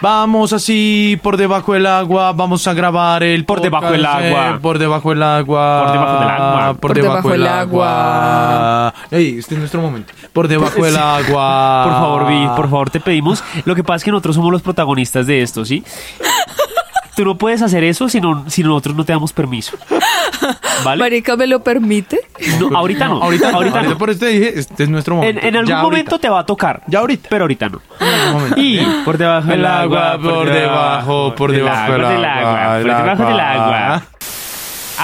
Vamos así por debajo del agua, vamos a grabar el Por debajo podcast, del agua. eh, por debajo del agua. Por debajo del agua. Por, debajo del agua. Ey, este es nuestro momento. Por debajo del agua. Por favor, Vi, Ah. por favor, te pedimos. Lo que pasa es que nosotros somos los protagonistas de esto, ¿sí? Tú no puedes hacer eso si, no- si nosotros no te damos permiso. ¿Vale? Marica, ¿me lo permite? No, ahorita no. Ahorita, no, ahorita ahorita no. por eso te dije, este es nuestro momento. En, en algún Ya ahorita. momento te va a tocar. Ya ahorita. Pero ahorita no. En algún momento. Y por debajo El del agua, agua por debajo, por debajo del del agua, agua. por debajo del agua.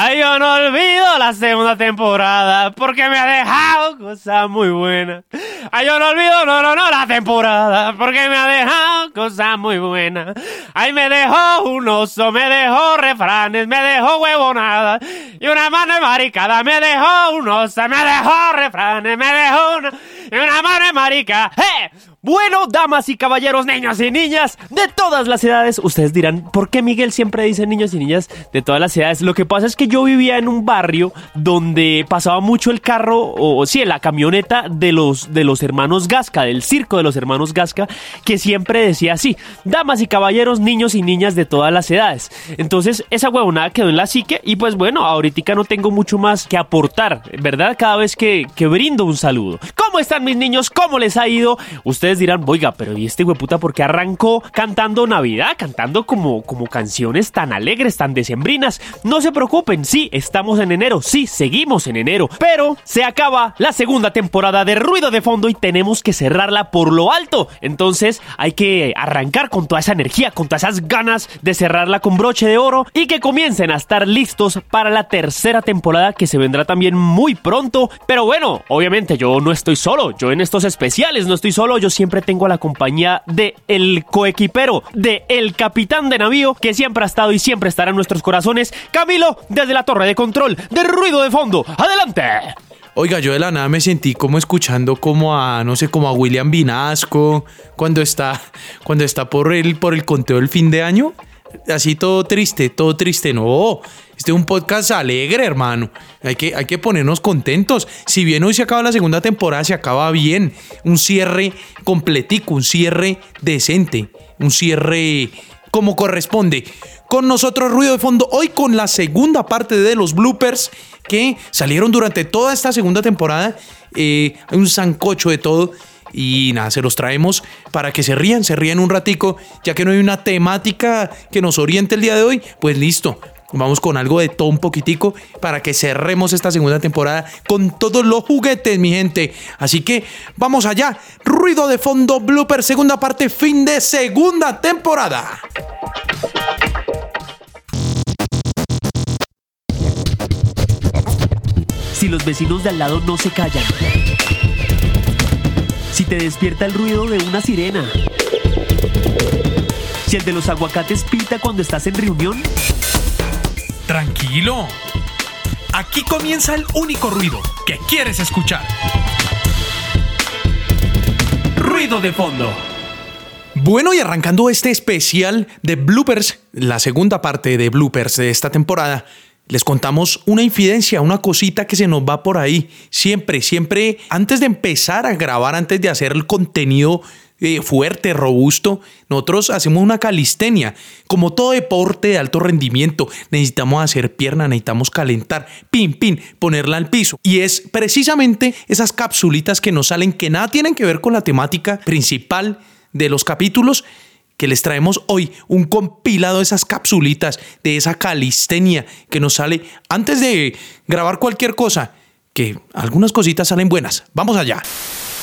Ay, yo no olvido la segunda temporada porque me ha dejado cosas muy buenas. Ay, yo no olvido, no, no, no, la temporada porque me ha dejado cosas muy buenas. Ay, me dejó un oso, me dejó refranes, me dejó huevonadas y una mano de maricada. Me dejó un oso, me dejó refranes, me dejó una, y una mano de marica. ¡Eh! Bueno, damas y caballeros, niños y niñas de todas las edades, ustedes dirán, ¿por qué Miguel siempre dice niños y niñas de todas las edades? Lo que pasa es que yo vivía en un barrio donde pasaba mucho el carro, o, o sí, la camioneta de los, de los hermanos Gasca, del circo de los hermanos Gasca, que siempre decía así, damas y caballeros, niños y niñas de todas las edades. Entonces, esa huevonada quedó en la psique y pues bueno, ahorita no tengo mucho más que aportar, ¿verdad? Cada vez que, que brindo un saludo. ¿Cómo están mis niños? ¿Cómo les ha ido? Ustedes dirán, oiga, pero ¿y este hueputa por qué arrancó cantando Navidad? Cantando como, como canciones tan alegres, tan decembrinas. No se preocupen, sí, estamos en enero, sí, seguimos en enero. Pero se acaba la segunda temporada de Ruido de Fondo y tenemos que cerrarla por lo alto. Entonces hay que arrancar con toda esa energía, con todas esas ganas de cerrarla con broche de oro y que comiencen a estar listos para la tercera temporada que se vendrá también muy pronto. Pero bueno, obviamente yo no estoy solo, yo en estos especiales no estoy solo, yo siempre tengo a la compañía de el coequipero, de el capitán de navío que siempre ha estado y siempre estará en nuestros corazones, Camilo desde la torre de control de ruido de fondo. Adelante. Oiga, yo de la nada me sentí como escuchando como a, no sé, como a William Vinasco, cuando está, cuando está por el, por el conteo del fin de año. Así todo triste, todo triste. No, este es un podcast alegre, hermano. Hay que, hay que ponernos contentos. Si bien hoy se acaba la segunda temporada, se acaba bien. Un cierre completico, un cierre decente, un cierre como corresponde. Con nosotros Ruido de Fondo, hoy con la segunda parte de los bloopers que salieron durante toda esta segunda temporada. Eh, hay un sancocho de todo. Y nada, se los traemos para que se rían, se rían un ratico, ya que no hay una temática que nos oriente el día de hoy, pues listo. Vamos con algo de todo un poquitico para que cerremos esta segunda temporada con todos los juguetes, mi gente. Así que vamos allá. Ruido de fondo, blooper, segunda parte, fin de segunda temporada. Si los vecinos de al lado no se callan. Si te despierta el ruido de una sirena. Si el de los aguacates pita cuando estás en reunión. Tranquilo. Aquí comienza el único ruido que quieres escuchar. Ruido de fondo. Bueno, y arrancando este especial de bloopers, la segunda parte de bloopers de esta temporada, les contamos una infidencia, una cosita que se nos va por ahí. Siempre, siempre, antes de empezar a grabar, antes de hacer el contenido eh, fuerte, robusto, nosotros hacemos una calistenia. Como todo deporte de alto rendimiento, necesitamos hacer pierna, necesitamos calentar, pin, pin, ponerla al piso. Y es precisamente esas capsulitas que nos salen que nada tienen que ver con la temática principal de los capítulos que les traemos hoy un compilado de esas capsulitas, de esa calistenia que nos sale antes de grabar cualquier cosa, que algunas cositas salen buenas. Vamos allá.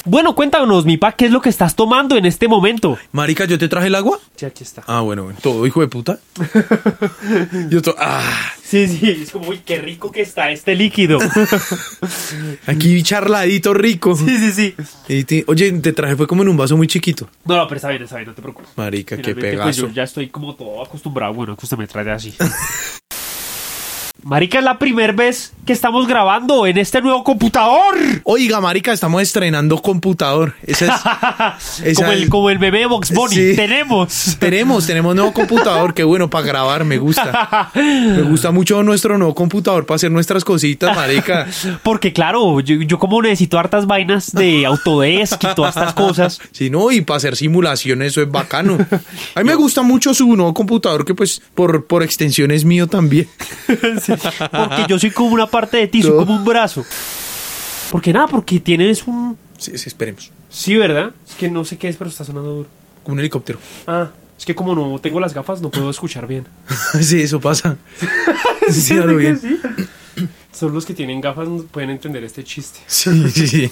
Bueno, cuéntanos, mi pa, ¿qué es lo que estás tomando en este momento? Marica, ¿yo te traje el agua? Sí, aquí está. Ah, bueno, bueno. Todo, hijo de puta. Yo to- ah, Sí, sí, es como, uy, qué rico que está este líquido. aquí charladito rico. Sí, sí, sí. Y te- oye, te traje fue como en un vaso muy chiquito. No, no, pero está bien, está bien, no te preocupes. Marica, qué Finalmente, pues, pegazo. yo ya estoy como todo acostumbrado, bueno, que usted me trae así. Marica, es la primera vez que estamos grabando en este nuevo computador. Oiga, marica, estamos estrenando computador. Esa es, esa como, es- el, como el bebé de Box Bunny. Sí. Tenemos. Tenemos, tenemos nuevo computador, qué bueno para grabar, me gusta. Me gusta mucho nuestro nuevo computador para hacer nuestras cositas, marica. Porque claro, yo, yo como necesito hartas vainas de Autodesk y todas estas cosas. Si no, y para hacer simulaciones, eso es bacano. A mí me gusta mucho su nuevo computador, que pues por, por extensión es mío también. Sí, Porque yo soy como una parte de ti, soy No. como un brazo. Porque nada, porque tienes un... Sí, sí, esperemos. Sí, ¿verdad? Es que no sé qué es, pero está sonando duro. Como un helicóptero. Ah, es que como no tengo las gafas, no puedo escuchar bien. Sí, eso pasa. Sí, claro, bien. Sí. Son los que tienen gafas no pueden entender este chiste. Sí, sí, sí.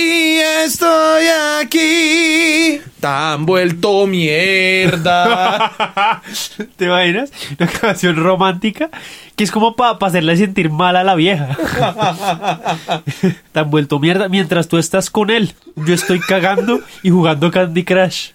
Y estoy aquí, tan vuelto mierda. ¿Te imaginas? Una canción romántica que es como para hacerle sentir mal a la vieja. Tan vuelto mierda mientras tú estás con él. Yo estoy cagando y jugando Candy Crush.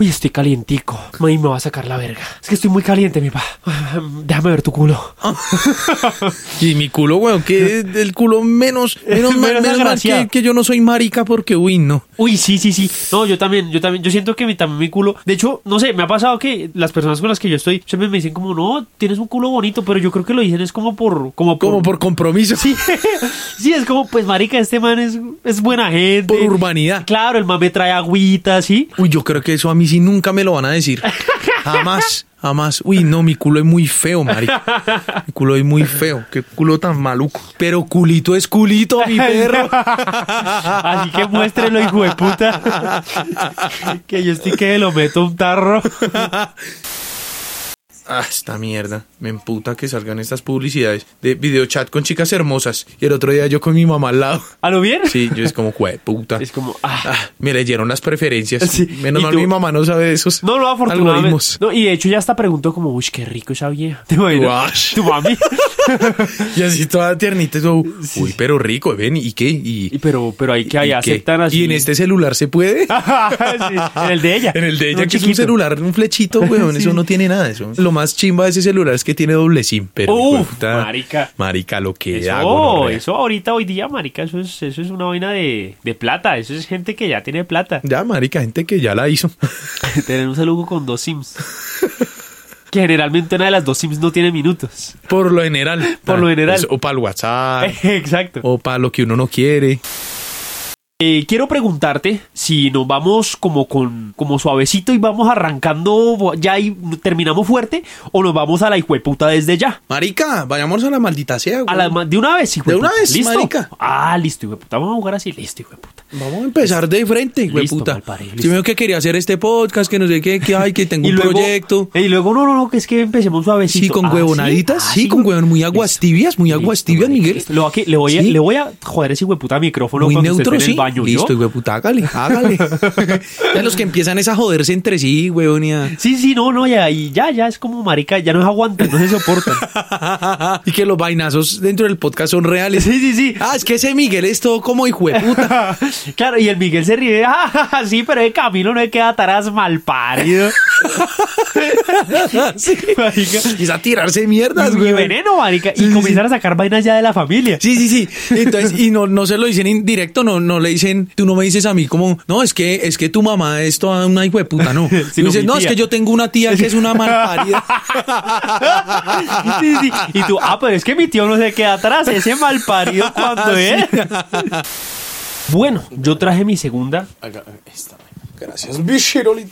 Uy, estoy calientico. Mami, me va a sacar la verga. Es que estoy muy caliente, mi pa. Ah, Déjame ver tu culo. Y mi culo, weón, que es el culo menos, menos, mal- Menos menos mal agraciado. que, que yo no soy marica porque, uy, no. Uy, sí, sí, sí. No, yo también, yo también, yo siento que mi, también mi culo. De hecho, no sé, me ha pasado que las personas con las que yo estoy siempre me dicen como, no, tienes un culo bonito, pero yo creo que lo dicen es como por, como por. Como por compromiso, Sí, sí, es como, pues marica, este man es, es buena gente. por urbanidad. Claro, el man me trae agüita, sí. Uy, yo creo que eso a mí sí nunca me lo van a decir. Jamás, jamás. Uy, no, mi culo es muy feo, marica. Mi culo es muy feo. Qué culo tan maluco. Pero culito es culito, mi perro. Así que muéstrelo, hijo de puta. que yo estoy que lo meto un tarro. Ah, esta mierda. Me emputa que salgan estas publicidades de videochat con chicas hermosas. Y el otro día yo con mi mamá al lado. ¿A lo bien? Sí, yo es como, jue puta. Es como, ah. Ah, me leyeron las preferencias. Sí, Menos y mal tú- mi mamá no sabe de esos. No, no, afortunadamente. algoritmos. No, y de hecho ya hasta preguntó como, uy, qué rico esa vieja. ¿Te imaginas? Guash. Tu mami. Y así toda tiernita. y todo, Uy, pero rico, ven, ¿y qué? ¿Y, Y pero, pero hay que ¿y ahí qué? aceptan así. ¿Y en este celular se puede? Sí, en el de ella. En el de ella, Un que es un chiquito. celular, un flechito, weón. Sí. Eso no tiene nada. Eso. Lo más chimba de ese celular es que tiene doble SIM, pero. Uf, puta, marica. Marica, lo que Eso, hago. no, rea. eso ahorita, hoy día, marica, eso es, eso es una vaina de, de plata. Eso es gente que ya tiene plata. Ya, marica, gente que ya la hizo. Tener un saludo con dos sims. que generalmente una de las dos sims no tiene minutos. Por lo general. Ah, Por lo general. Eh. o para el WhatsApp, Exacto. o para lo que uno no quiere. Eh, quiero preguntarte si nos vamos como con como suavecito y vamos arrancando ya y terminamos fuerte o nos vamos a la hijueputa desde ya. Marica, vayamos a la maldita sea, A weón. la ma- de una vez, hijueputa. una vez, ¿Listo? marica. Ah, listo, hijueputa. Vamos a jugar así, listo, hijueputa. Vamos a empezar de frente, güey, Listo, puta. malparido, listo. Yo veo que quería hacer este podcast, que no sé qué, que ay, que tengo un proyecto. Y luego, no, no, no, que es que empecemos suavecito. Sí, con Ah, huevonaditas, ah, sí, con hue- huevón muy aguas Listo, tibias, muy listo, aguas tibias, marica, Miguel. listo. Le voy a que- le voy a, Sí. le voy a joder ese hijueputa micrófono Muy cuando neutro, usted esté sí. en el baño. ¿oyó? Listo, güey, puta, hágale, hágale. ya los que empiezan es a joderse entre sí, weón. y a- Sí, sí, no, no, ya, y ya, ya es como marica, ya no se aguantan, no se soportan. Y que los vainazos dentro del podcast son reales. Sí, sí, sí. Ah, es que ese Miguel es todo como hijo de puta. Claro, y el Miguel se ríe. "Ah, ja, ja, sí, pero el camino no queda taras mal parido. Sí. Marica. Y es a tirarse mierdas, Y güey. veneno, marica. Sí, y sí, comenzar a sacar vainas ya de la familia. Sí, sí, sí. Entonces, y no, no se lo dicen en directo, no, no le dicen, tú no me dices a mí como, no, es que, es que tu mamá es toda una hijo de puta, no. Sino Y dices, mi no, es tía". que yo tengo una tía que es una malparida. Sí, sí. Y tú, ah, pero es que mi tío no se queda atrás. Ese mal parido cuando es. Bueno, yo traje mi segunda. Gracias, bichiroli.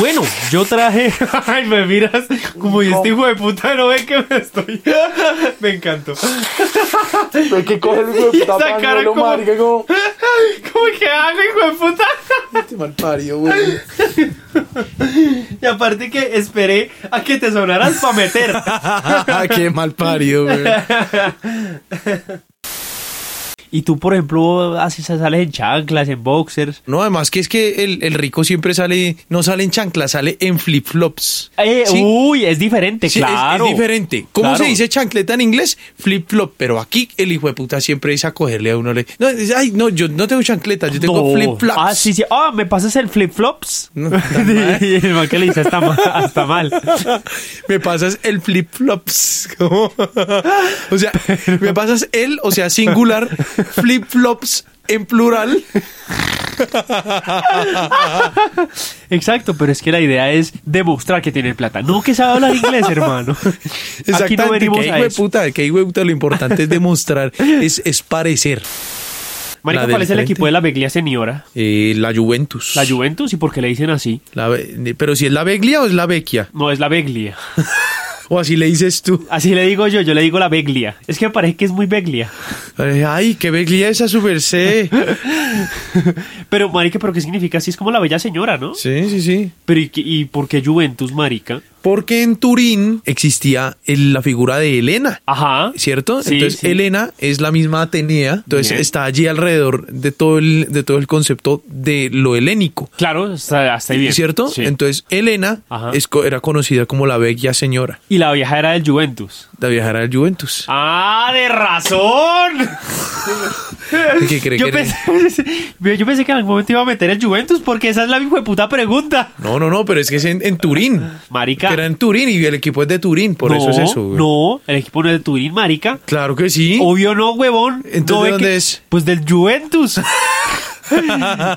Bueno, yo traje. Ay, me miras como y este hijo de puta no ve que me estoy. Me encantó. que coge el hijo Y esa cara pañuelo, como- marica, como, ¿Cómo que hago, hijo de puta? este malparido, güey. Y aparte que esperé a que te sonaras para meter. Qué malparido, güey. Y tú, por ejemplo, así sales en chanclas, en boxers. No, además que es que el, el rico siempre sale, no sale en chanclas, sale en flip-flops. Eh, Sí. Uy, es diferente, Sí, es- claro. es, diferente. ¿Cómo Claro. se dice chancleta en inglés? Flip-flop. Pero aquí el hijo de puta siempre es acogerle a uno. Le, no, dice, ay, no, yo no tengo chancletas, yo tengo No. flip-flops. Ah, sí, sí. Ah, ¿me pasas el flip-flops? No, está mal. y el man que le dice está mal. Está mal. Me pasas el flip-flops. ¿Cómo? o sea, me pasas el, o sea, singular, flip-flops en plural. Exacto, pero es que la idea es demostrar que tienen plata. No que sabe hablar inglés, hermano. Aquí no venimos que a hijo de eso. puta, que hijo de puta, lo importante es demostrar, es, es parecer. Marica, La del ¿cuál es el frente. equipo de la Beglia Seniora? Eh, la Juventus. La Juventus, ¿y por qué le dicen así? La Be- eh, pero si es la Beglia o es la Vecchia. No, es la Beglia. O así le dices tú. Así le digo yo, yo le digo la Beglia. Es que me parece que es muy Beglia. Eh, Ay, qué Beglia esa super C. Pero, marica, ¿pero qué significa? Sí, es como la bella señora, ¿no? Sí, sí, sí. Pero, ¿y, qué- y por qué Juventus, marica? Porque en Turín existía el- la figura de Elena. Ajá. ¿Cierto? Sí, entonces, sí. Elena es la misma Atenea, entonces Bien. está allí alrededor de todo el, de todo el concepto de lo helénico. Claro, hasta, hasta ahí bien. ¿Cierto? Sí. Entonces, Elena Ajá. es co- era conocida como la Vecchia Señora, y la vieja era del Juventus. la viajera del Juventus. ¡Ah, de razón! ¿Qué cree Yo que- pensé, yo pensé que en algún momento iba a meter el Juventus porque esa es la hijo de puta pregunta. No, no, no, pero es que es en, en Turín. Marica. Que era en Turín y el equipo es de Turín, por eso es no, eso. güey. No, el equipo no es de Turín, marica. Claro que sí. Obvio no, huevón. Entonces, No ve ¿de dónde que- es? Pues del Juventus.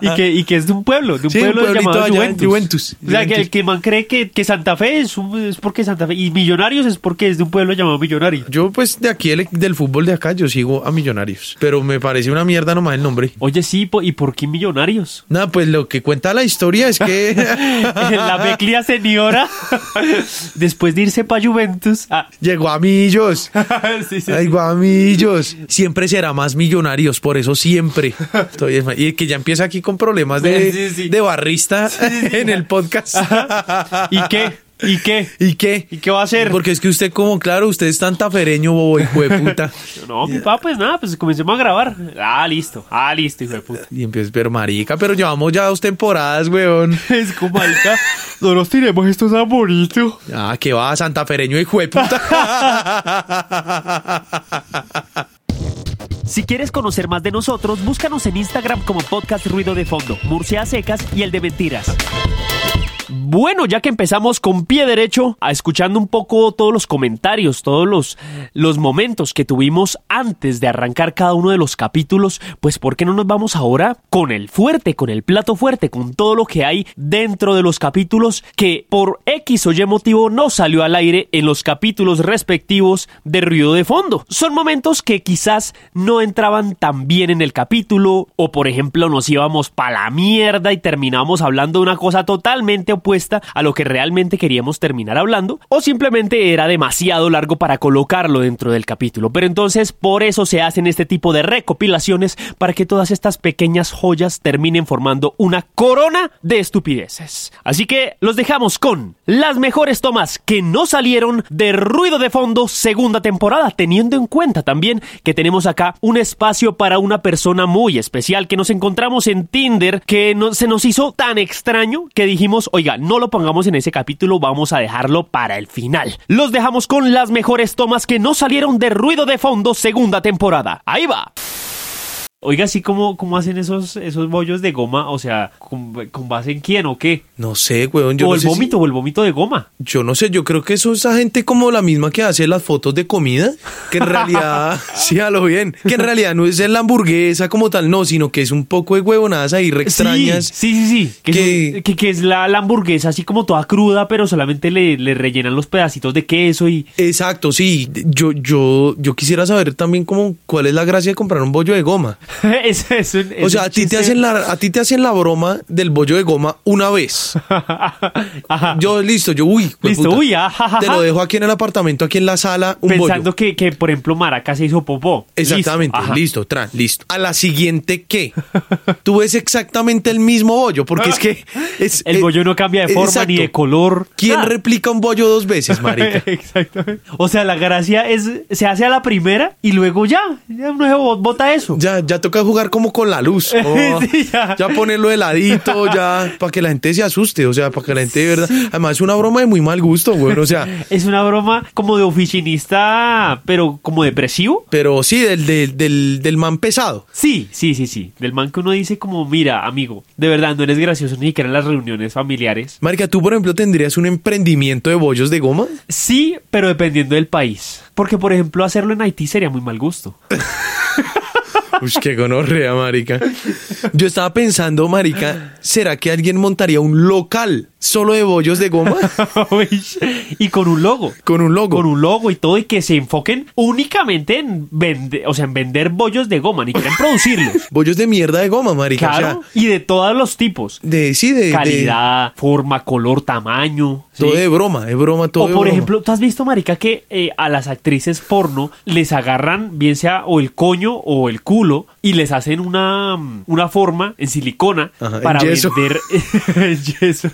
y, que, y que es de un pueblo, de un Sí, un pueblo pueblito llamado allá, Juventus. Juventus, O sea, que el Juventus. que man cree que, que Santa Fe es, un- es porque Santa Fe. Y Millonarios es porque es de un pueblo llamado Millonarios. Yo, pues, de aquí, el- del fútbol de acá, yo sigo a Millonarios. Pero me parece una mierda nomás el nombre. Oye, sí, po- ¿y por qué Millonarios? Nada, pues lo que cuenta la historia es que. la Beclia señora, después de irse para Juventus. Ah, Llegó a Millos. sí, sí. Ay, guamillos. Siempre será más millonarios, por eso siempre. Estoy es- Y que ya empieza aquí con problemas de, Sí, sí. de barrista en el podcast. ¿Y qué? ¿Y qué? ¿Y qué? ¿Y qué va a hacer? Porque es que usted, como claro, usted es tan tafereño, bobo, hijo de puta. No, mi papá, pues nada, pues comencemos a grabar. Ah, listo. Ah, listo, hijo de puta. Y empieza, pero marica, pero llevamos ya dos temporadas, weón. Es como, marica, no nos tiremos estos amoritos. Ah, que va, santafereño, hijo de puta. Si quieres conocer más de nosotros, búscanos en Instagram como Podcast Ruido de Fondo, Murcia a Secas y el de Mentiras. Bueno, ya que empezamos con pie derecho, a escuchando un poco todos los comentarios, todos los, los momentos que tuvimos antes de arrancar cada uno de los capítulos, pues ¿por qué no nos vamos ahora con el fuerte, con el plato fuerte, con todo lo que hay dentro de los capítulos que por X o Y motivo no salió al aire en los capítulos respectivos de Ruido de Fondo? Son momentos que quizás no entraban tan bien en el capítulo o por ejemplo nos íbamos para la mierda y terminamos hablando de una cosa totalmente opuesta a lo que realmente queríamos terminar hablando o simplemente era demasiado largo para colocarlo dentro del capítulo. Pero entonces por eso se hacen este tipo de recopilaciones para que todas estas pequeñas joyas terminen formando una corona de estupideces. Así que los dejamos con las mejores tomas que no salieron de Ruido de Fondo segunda temporada, teniendo en cuenta también que tenemos acá un espacio para una persona muy especial que nos encontramos en Tinder que no- se nos hizo tan extraño que dijimos, oiga, no lo pongamos en ese capítulo, vamos a dejarlo para el final. Los dejamos con las mejores tomas que no salieron de Ruido de Fondo segunda temporada. Ahí va. Oiga, así como, como hacen esos, esos bollos de goma, o sea, ¿con, con base en quién o qué? no sé, weón. Yo o no el sé si- vómito, o el vómito de goma. Yo no sé, yo creo que eso es esa gente como la misma que hace las fotos de comida, que en realidad, sí, a lo bien, que en realidad no es la hamburguesa como tal, no, sino que es un poco de huevonadas ahí re extrañas. Sí, sí, sí. sí. Que, Que- es un- que- que es la, la hamburguesa así como toda cruda, pero solamente le, le rellenan los pedacitos de queso y... Exacto, sí. Yo, yo, yo quisiera saber también como cuál es la gracia de comprar un bollo de goma. es, es un- es O sea, un a ti, te chiste. hacen la, a ti te hacen la broma del bollo de goma una vez. Ajá. Yo, listo, yo, uy. Listo, jueputa. uy, ah, ajajaja. Te lo dejo aquí en el apartamento, aquí en la sala, un Pensando bollo. que, que, por ejemplo, Maraca se hizo popó. Exactamente, Listo, ajá. listo, tran, listo. A la siguiente, ¿qué? Tú ves exactamente el mismo bollo, porque es que... es- El eh, bollo no cambia de forma ni exacto. de color. Ah. ¿Quién nada. replica un bollo dos veces, marica? Exactamente. O sea, la gracia es se hace a la primera y luego ya, ya uno se bo- bota eso. Ya, ya toca jugar como con la luz. Oh, Sí, ya. ya. ponerlo de ladito, ya, para que la gente se asuste, o sea, para que la gente de verdad. Además, es una broma de muy mal gusto, güey. O sea, Es una broma como de oficinista, pero como depresivo. pero sí, del, del, del, del man pesado. Sí, sí, sí, sí. Del man que uno dice como, mira, amigo, de verdad no eres gracioso ni siquiera en las reuniones familiares. Marica, tú, por ejemplo, tendrías un emprendimiento de bollos de goma. Sí, pero dependiendo del país. Porque, por ejemplo, hacerlo en Haití sería muy mal gusto. Uy, qué gonorrea, marica. Yo estaba pensando, marica, ¿será que alguien montaría un local solo de bollos de goma? y con un logo. Con un logo. Con un logo y todo, y que se enfoquen únicamente en vender, o sea, en vender bollos de goma, ni quieren producirlos. Bollos de mierda de goma, marica. o sea, Claro. Y de todos los tipos. de, sí, de... de- Calidad, forma, color, tamaño. ¿sí? todo de broma, de broma, todo o de por broma. ejemplo, ¿tú has visto, marica, que eh, a las actrices porno les agarran bien sea o el coño o el culo y les hacen una, mm, una forma en silicona Ajá, en para yeso. vender en yeso.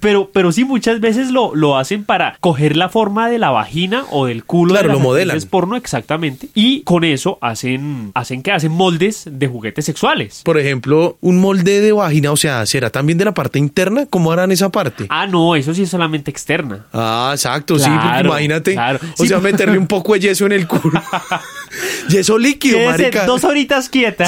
Pero, pero sí, muchas veces lo, lo hacen para coger la forma de la vagina o del culo Claro, de las lo modelan. actrices porno, exactamente. Y con eso hacen, hacen que hacen moldes de juguetes sexuales. Por ejemplo, un molde de vagina, o sea, ¿será también de la parte interna? ¿Cómo harán esa parte? Ah, no, eso sí es solamente externa. Ah, exacto, sí, porque Claro, imagínate. claro. O Sí, sea, por- meterle un poco de yeso en el culo. yeso líquido, Quédese marica. dos horitas quieta.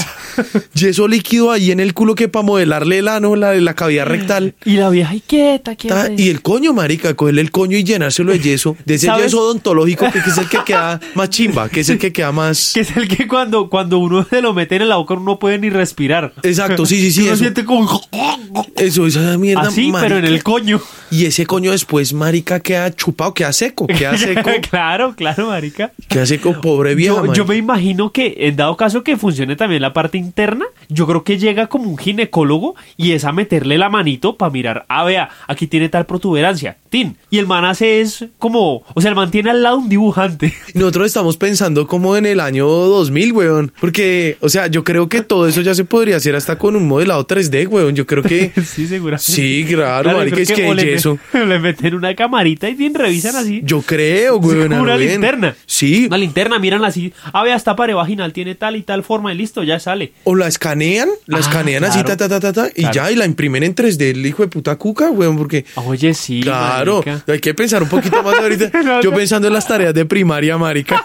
Yeso líquido ahí en el culo que para modelarle el ano, la, la cavidad rectal. Y la vieja, ay, quieta, Ta- quieta. Y el coño, marica, cogerle el coño y llenárselo de yeso. De ese ¿Sabes? yeso odontológico que que es el que queda más chimba, que es el que queda más... Que es el que cuando, cuando uno se lo mete en la boca uno no puede ni respirar. Exacto, sí, sí, sí. uno Eso, siente como... eso, esa mierda, Así, Ah, pero en marica. el coño. Y ese coño después, marica, queda chupado, queda seco, queda seco. claro, claro, marica. queda seco, pobre vieja, Yo, yo marica. me imagino que, en dado caso que funcione también la parte interna, yo creo que llega como un ginecólogo y es a meterle la manito para mirar, ah, vea, aquí tiene tal protuberancia, tin. Y el man hace es como, o sea, el man tiene al lado un dibujante. Nosotros estamos pensando como en el año 2000, weón. Porque, o sea, yo creo que todo eso ya se podría hacer hasta con un modelado 3D, weón. Yo creo que... sí, seguramente. Sí, claro, yo marica, creo es que o le, yeso. le meten una camarita y tin, revisan así. Yo creo, Sí, weón. como una Rubén. linterna. Sí. Una linterna, miran así. Ah, vea, esta pared vaginal tiene tal y tal forma y listo, ya sale. O la escanean, la Ah, escanean así, claro. ta, ta, ta, ta, ta, y Claro. ya, y la imprimen en 3D, el hijo de puta cuca, weón, porque... Ah, Oye, sí. Claro, marica. hay que pensar un poquito más ahorita. Yo pensando en las tareas de primaria, marica.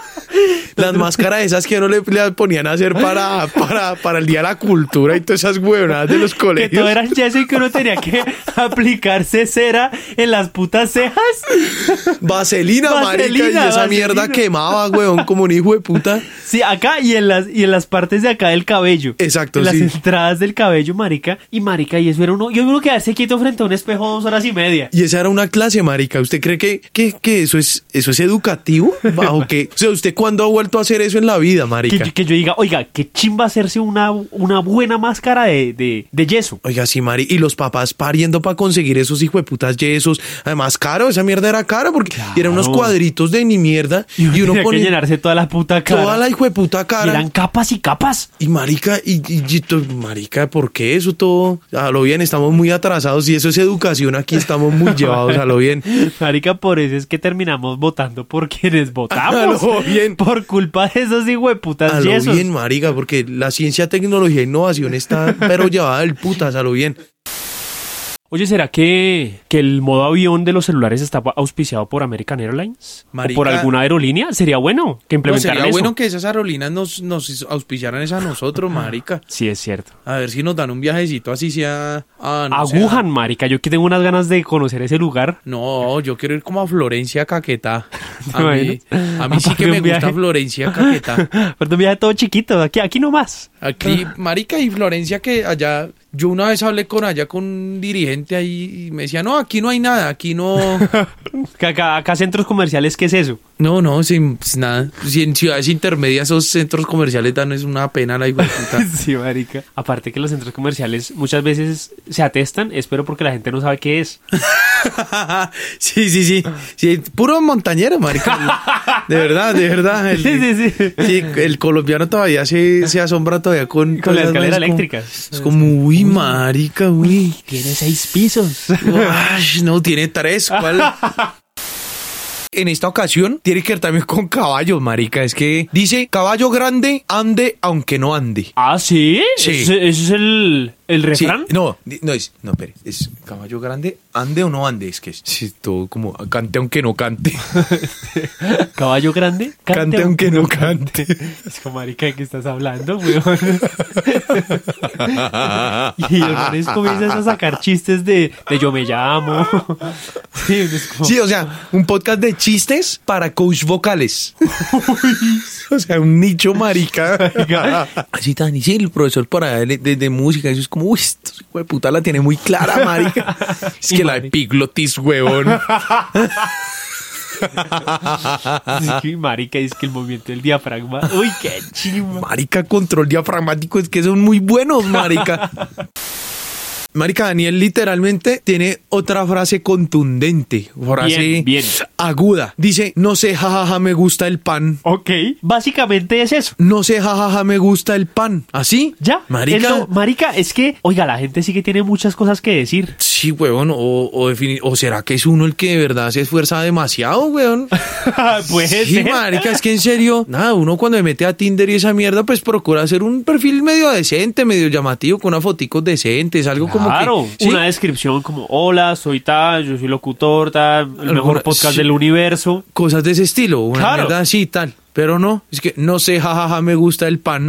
Las máscaras esas que no le, le ponían a hacer para, para, para el Día de la Cultura y todas esas huevonadas de los Que todo colegios. era yeso y que uno tenía que aplicarse cera en las putas cejas. Vaselina, marica, y Vaselina, esa vaselina. mierda quemaba, weón, como un hijo de puta. Sí, acá y en las, y en las partes de acá del cabello. Exacto, En las sí. entradas del cabello, marica. Y marica, y eso era uno. Yo uno quedarse quieto frente a un espejo dos horas y media. Y esa era una clase, marica. ¿Usted cree que, que, que eso es eso es educativo? ¿Bajo qué? O sea, ¿usted cuándo ha vuelto a hacer eso en la vida, Que marica? yo, que yo diga, oiga, qué chimba hacerse una, una buena máscara de, de, de yeso. Oiga, sí, Mari, y los papás pariendo para conseguir esos hijos de putas yesos. Además, caro, esa mierda era cara porque eran unos cuadritos de ni mierda. Y uno, tenía ponía que llenarse toda la puta cara. toda la hijo de puta Y cara. eran capas y capas. Y marica, y, y- y to- marica, ¿por qué eso todo? A lo bien, estamos muy atrasados y eso es educación, aquí estamos muy llevados a lo bien. Marica, por eso es que terminamos votando por quienes votamos. A lo bien. Por culpa de esos A hijueputas lo yesos. bien, marica, porque la ciencia, tecnología e innovación está pero llevada del putas, a lo bien. Oye, ¿será que, que el modo avión de los celulares está auspiciado por American Airlines? Marica. ¿O por alguna aerolínea? Sería bueno que No, implementaran sería eso. bueno que esas aerolíneas nos, nos auspiciaran es a nosotros, marica. Sí, es cierto. A ver si nos dan un viajecito así sea ah, a... no sé, a- Agujan, marica. Yo que tengo unas ganas de conocer ese lugar. No, yo quiero ir como a Florencia Caquetá. A mí, imaginas? a mí sí Aparte que un me gusta viaje. Florencia Caquetá. Pero un viaje todo chiquito. Aquí, aquí nomás. Aquí, marica, y Florencia que allá Yo una vez hablé con allá con un dirigente ahí y me decía, no, aquí no hay nada, aquí no. Que Acá, acá centros comerciales, ¿qué es eso? No, no, sin pues, nada. Si en ciudades intermedias esos centros comerciales dan es una pena la igual Sí, marica. Aparte que los centros comerciales muchas veces se atestan, espero porque la gente no sabe qué es. sí, sí, sí, sí. Puro montañero, marica. De verdad, de verdad. El, Sí, sí, sí. sí, el colombiano todavía se, se asombra todavía con... Con las cosas, ¿no? escaleras Es como- eléctricas. Es como, uy, marica, uy. Tiene seis pisos. Uash, no, tiene tres. ¿Cuál? En esta ocasión tiene que ver también con caballos, marica. Es que dice caballo grande, ande aunque no ande. ¿Ah, sí? Sí. ¿Ese, ese es el, el Sí, refrán? no, di- no es, no, espere, es caballo grande, ande o no ande, es que es sí, todo como cante aunque no cante, Caballo grande, cante aunque no cante. Es como, marica, ¿de qué estás hablando, weón? y el man es- comienzas a sacar chistes de, de yo me llamo. sí, es como, Sí, o sea, un podcast de chistes para coach vocales. o sea, un nicho marica. Así tan, y sí, el profesor para de, de- de música, eso es como, uy, esto hijo de puta la tiene muy clara, marica. es que la de Piglotis, huevón. sí, marica, es que el movimiento del diafragma. Uy, qué chimba. Marica, control diafragmático, es que son muy buenos, marica. Marica, Daniel literalmente tiene otra frase contundente, frase Bien, bien. aguda. Dice, no sé, jajaja, me gusta el pan. Ok. Básicamente es eso. No sé, jajaja, me gusta el pan. ¿Así? Ya, Marica. eso, marica, es que, oiga, la gente sí que tiene muchas cosas que decir. Sí, huevón, o, o, defini- o será que es uno el que de verdad se esfuerza demasiado, huevón. Puede Sí, ser. marica, es que en serio, nada, uno cuando se mete a Tinder y esa mierda, pues procura hacer un perfil medio decente, medio llamativo, con unas foticos decentes, algo Claro, como que... ¿sí? una descripción como, hola, soy tal, yo soy locutor, tal, el mejor Alguna- podcast sí. del universo. Cosas de ese estilo, una Claro. mierda así y tal. Pero no, es que no sé, jajaja, me gusta el pan.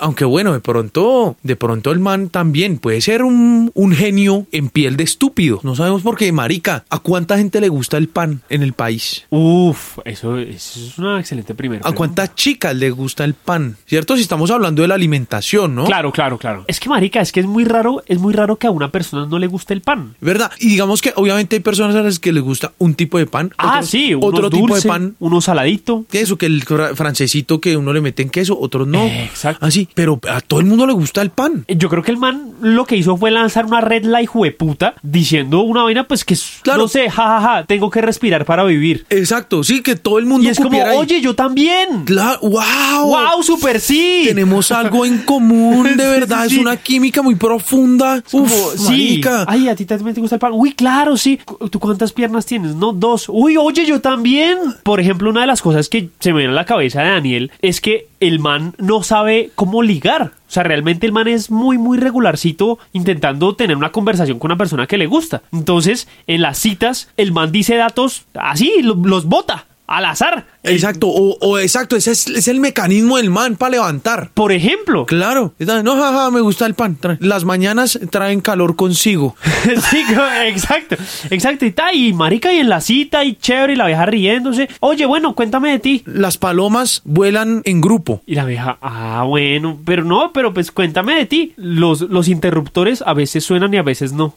Aunque bueno, de pronto, de pronto el man también puede ser un, un genio en piel de estúpido. No sabemos por qué, marica, ¿a cuánta gente le gusta el pan en el país? Uf, eso, eso es una excelente primera. ¿A pregunta. cuántas chicas le gusta el pan? ¿Cierto? Si estamos hablando de la alimentación, ¿no? Claro, claro, claro. Es que marica, es que es muy raro, es muy raro que a una persona no le guste el pan. ¿Verdad? Y digamos que obviamente hay personas a las que les gusta un tipo de pan. Ah, otros- sí, uno Otro tipo de dulce, pan. uno saladito. que Eso, que el fra- francesito que uno le mete en queso, otros no. Eh, exacto. Así, pero a todo el mundo le gusta el pan. Yo creo que el man lo que hizo fue lanzar una red la puta diciendo una vaina pues que es- Claro. no sé, jajaja, tengo que respirar para vivir. Exacto, sí, que todo el mundo Y es como, cupiera ahí. "Oye, yo también." Claro, wow. ¡Wow, super sí! Tenemos algo en común, de Sí, sí, verdad, sí. es una química muy profunda. Como, Uf, sí. marica. Ay, a ti también te gusta el pan. Uy, claro, sí. Cu- ¿Tú cuántas piernas tienes? No, dos. Uy, oye, yo también. Por ejemplo, una de las cosas que se me viene a la cabeza de Daniel es que el man no sabe cómo ligar. O sea, realmente el man es muy, muy regularcito intentando tener una conversación con una persona que le gusta. Entonces, en las citas, el man dice datos así, lo- los bota al azar. Exacto, o, o exacto, ese es, es el mecanismo del man para levantar. Por ejemplo. Claro, Está- no, jaja, me gusta el pan. Tra- Las mañanas traen calor consigo. sí, co- exacto, exacto. Y, ta, y marica, y en la cita, y chévere, y la vieja riéndose. Oye, bueno, cuéntame de ti. Las palomas vuelan en grupo. Y la vieja, ah, bueno, pero no, pero pues cuéntame de ti. Los, los interruptores a veces suenan y a veces no.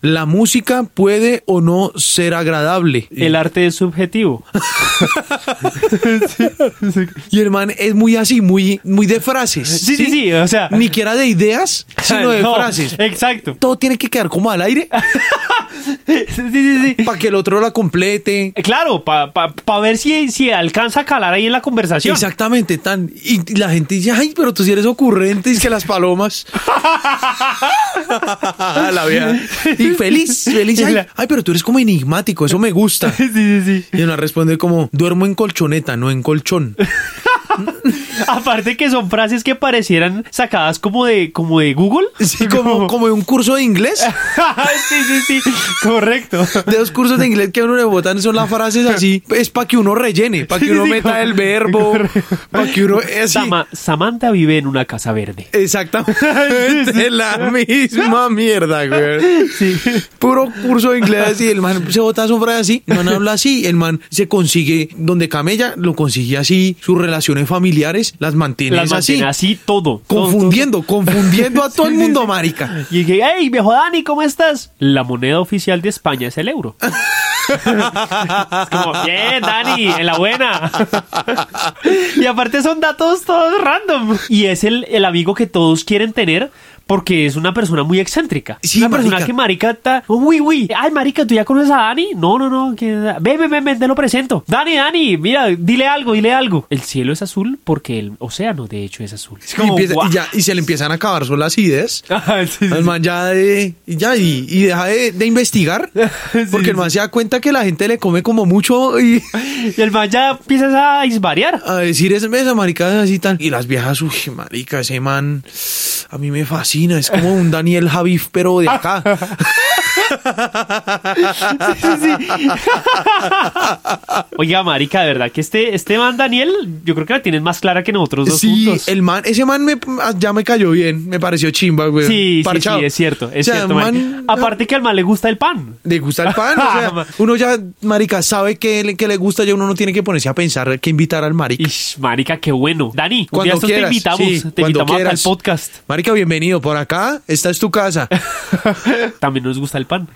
La música puede o no ser agradable. El arte es subjetivo. Y el man es muy así, muy, muy de frases. Sí, sí, sí, o sea- Ni que era de ideas, sino de No, frases. Exacto. Todo tiene que quedar como al aire Sí, sí, sí. para que el otro la complete. Claro, para ver si, si alcanza a calar ahí en la conversación. Exactamente, tan. Y y la gente dice, ay, pero tú sí eres ocurrente, es que las palomas. la vea. Y feliz, feliz. Ay, ay, pero tú eres como enigmático, eso me gusta. Sí, sí, sí. Y una responde como, duermo en colchoneta, no en colchón. Aparte que son frases que parecieran sacadas como de, como de Google. Sí, como, como de un curso de inglés. sí, sí, sí. Correcto. De los cursos de inglés que a uno le botan son las frases así, es para que uno rellene, para que Sí, uno sí, meta como- el verbo, para que uno... eh, sí. Sama- Samantha vive en una casa verde. Exactamente la misma mierda, güey. Puro curso de inglés y el man se bota su frase así, el man habla así, el man se consigue donde camella, lo consigue así, sus relaciones familiares las mantienes Las así. mantiene así todo. todo, Confundiendo, confundiendo a todo el Sí, sí, mundo, sí. marica. todo. Y dije, hey, viejo Dani, ¿cómo estás? La moneda oficial de España es el euro. Es como, bien, Dani, en la buena. y aparte son datos todos random. Y es el, el amigo que todos quieren tener porque es una persona muy excéntrica. Sí, una persona marica. que marica está... Uy, uy. Ay, marica, ¿tú ya conoces a Dani? No, no, no. que- Ven, ven, ven, ven, te lo presento. Dani, Dani, mira, dile algo, dile algo. El cielo es azul porque el océano, de hecho, es azul. Es y, empieza- "Guau". y ya, y se le empiezan a acabar son las ideas. Ajá, sí, sí, El sí. man ya de. Y, ya, y, y deja de, de investigar. Sí, Porque el man se da cuenta que la gente le come como mucho y Y el man ya empiezas a disvariar. a decir es mesa, marica, así tan. Y las viejas, uy, marica, ese man a mí me fascina. Es como un Daniel Javif, pero de acá. Oiga, marica, de verdad que este, este man Daniel, yo creo que la tienes más clara que nosotros dos Sí, eh, juntos. el man, ese man me, ya me cayó bien, me pareció chimba, güey. Sí, sí, Parchado. sí, es cierto, es O sea, cierto, marica. man- Aparte que al man le gusta el pan. Le gusta el pan, o sea, uno ya, marica, sabe que, le- que le gusta, ya uno no tiene que ponerse a pensar que invitar al marica. Ish, marica, qué bueno. Dani, un día Cuando estos quieras, te invitamos, te sí, cuando invitamos acá al quieras. podcast. Marica, bienvenido, por acá, esta es tu casa. También nos gusta el pan.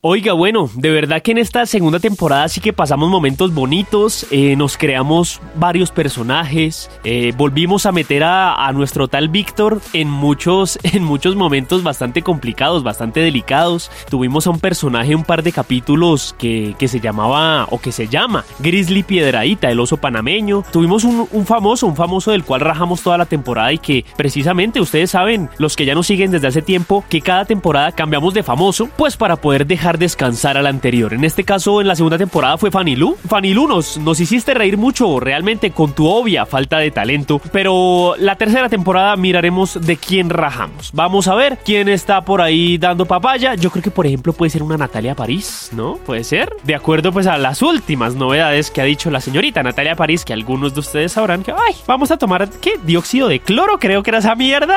Oiga, bueno, de verdad que en esta segunda temporada sí que pasamos momentos bonitos, eh, nos creamos varios personajes, eh, volvimos a meter a, a nuestro tal Víctor en muchos, en muchos momentos bastante complicados, bastante delicados. Tuvimos a un personaje un par de capítulos que, que se llamaba, o que se llama, Grizzly Piedradita, el oso panameño. Tuvimos un, un famoso, un famoso del cual rajamos toda la temporada y que precisamente ustedes saben, los que ya nos siguen desde hace tiempo, que cada temporada cambiamos de famoso, pues para poder dejar descansar al anterior. En este caso, en la segunda temporada fue Fanilú. Fanilú nos, nos hiciste reír mucho, realmente, con tu obvia falta de talento. Pero la tercera temporada miraremos de quién rajamos. Vamos a ver quién está por ahí dando papaya. Yo creo que, por ejemplo, puede ser una Natalia París, ¿no? Puede ser. De acuerdo, pues, a las últimas novedades que ha dicho la señorita Natalia París, que algunos de ustedes sabrán que, ay, vamos a tomar, ¿qué? Dióxido de cloro, creo que era esa mierda.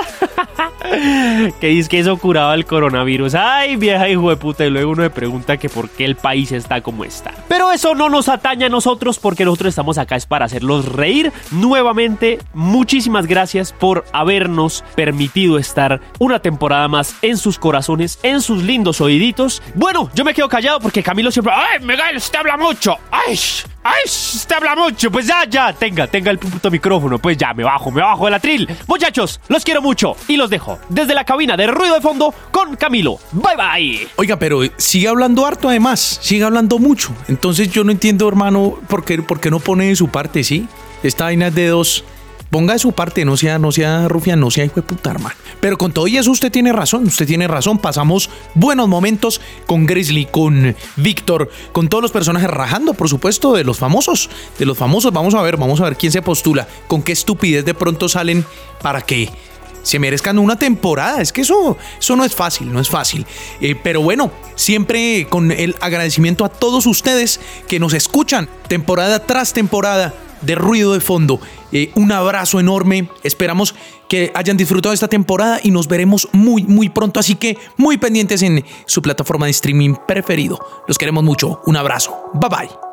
que dice que eso curaba el coronavirus. Ay, vieja hijo de puta. Y luego uno me pregunta que por qué el país está como está. Pero eso no nos atañe a nosotros porque nosotros estamos acá es para hacerlos reír. Nuevamente, muchísimas gracias por habernos permitido estar una temporada más en sus corazones, en sus lindos oíditos. Bueno, yo me quedo callado porque Camilo siempre... ¡Ay, Miguel, usted habla mucho! ¡Ay! ¡Ay! Usted habla mucho. Pues ya, ya. Tenga, tenga el puto micrófono. Pues ya, me bajo, me bajo el atril. Muchachos, los quiero mucho y los dejo desde la cabina de ruido de fondo con Camilo. Bye bye. Oiga, pero sigue hablando harto además, sigue hablando mucho. Entonces yo no entiendo, hermano, por qué, por qué no pone de su parte, ¿sí? Esta vaina es de dos. Ponga de su parte, no sea, no sea rufián, no sea hijo de puta, hermano. Pero con todo y eso usted tiene razón, usted tiene razón. Pasamos buenos momentos con Grizzly, con Víctor, con todos los personajes rajando, por supuesto, de los famosos. De los famosos, vamos a ver, vamos a ver quién se postula, con qué estupidez de pronto salen para que se merezcan una temporada. Es que eso, eso no es fácil, no es fácil. Eh, pero bueno, siempre con el agradecimiento a todos ustedes que nos escuchan temporada tras temporada de ruido de fondo. Eh, un abrazo enorme. Esperamos que hayan disfrutado esta temporada y nos veremos muy, muy pronto. Así que muy pendientes en su plataforma de streaming preferido. Los queremos mucho. Un abrazo. Bye bye.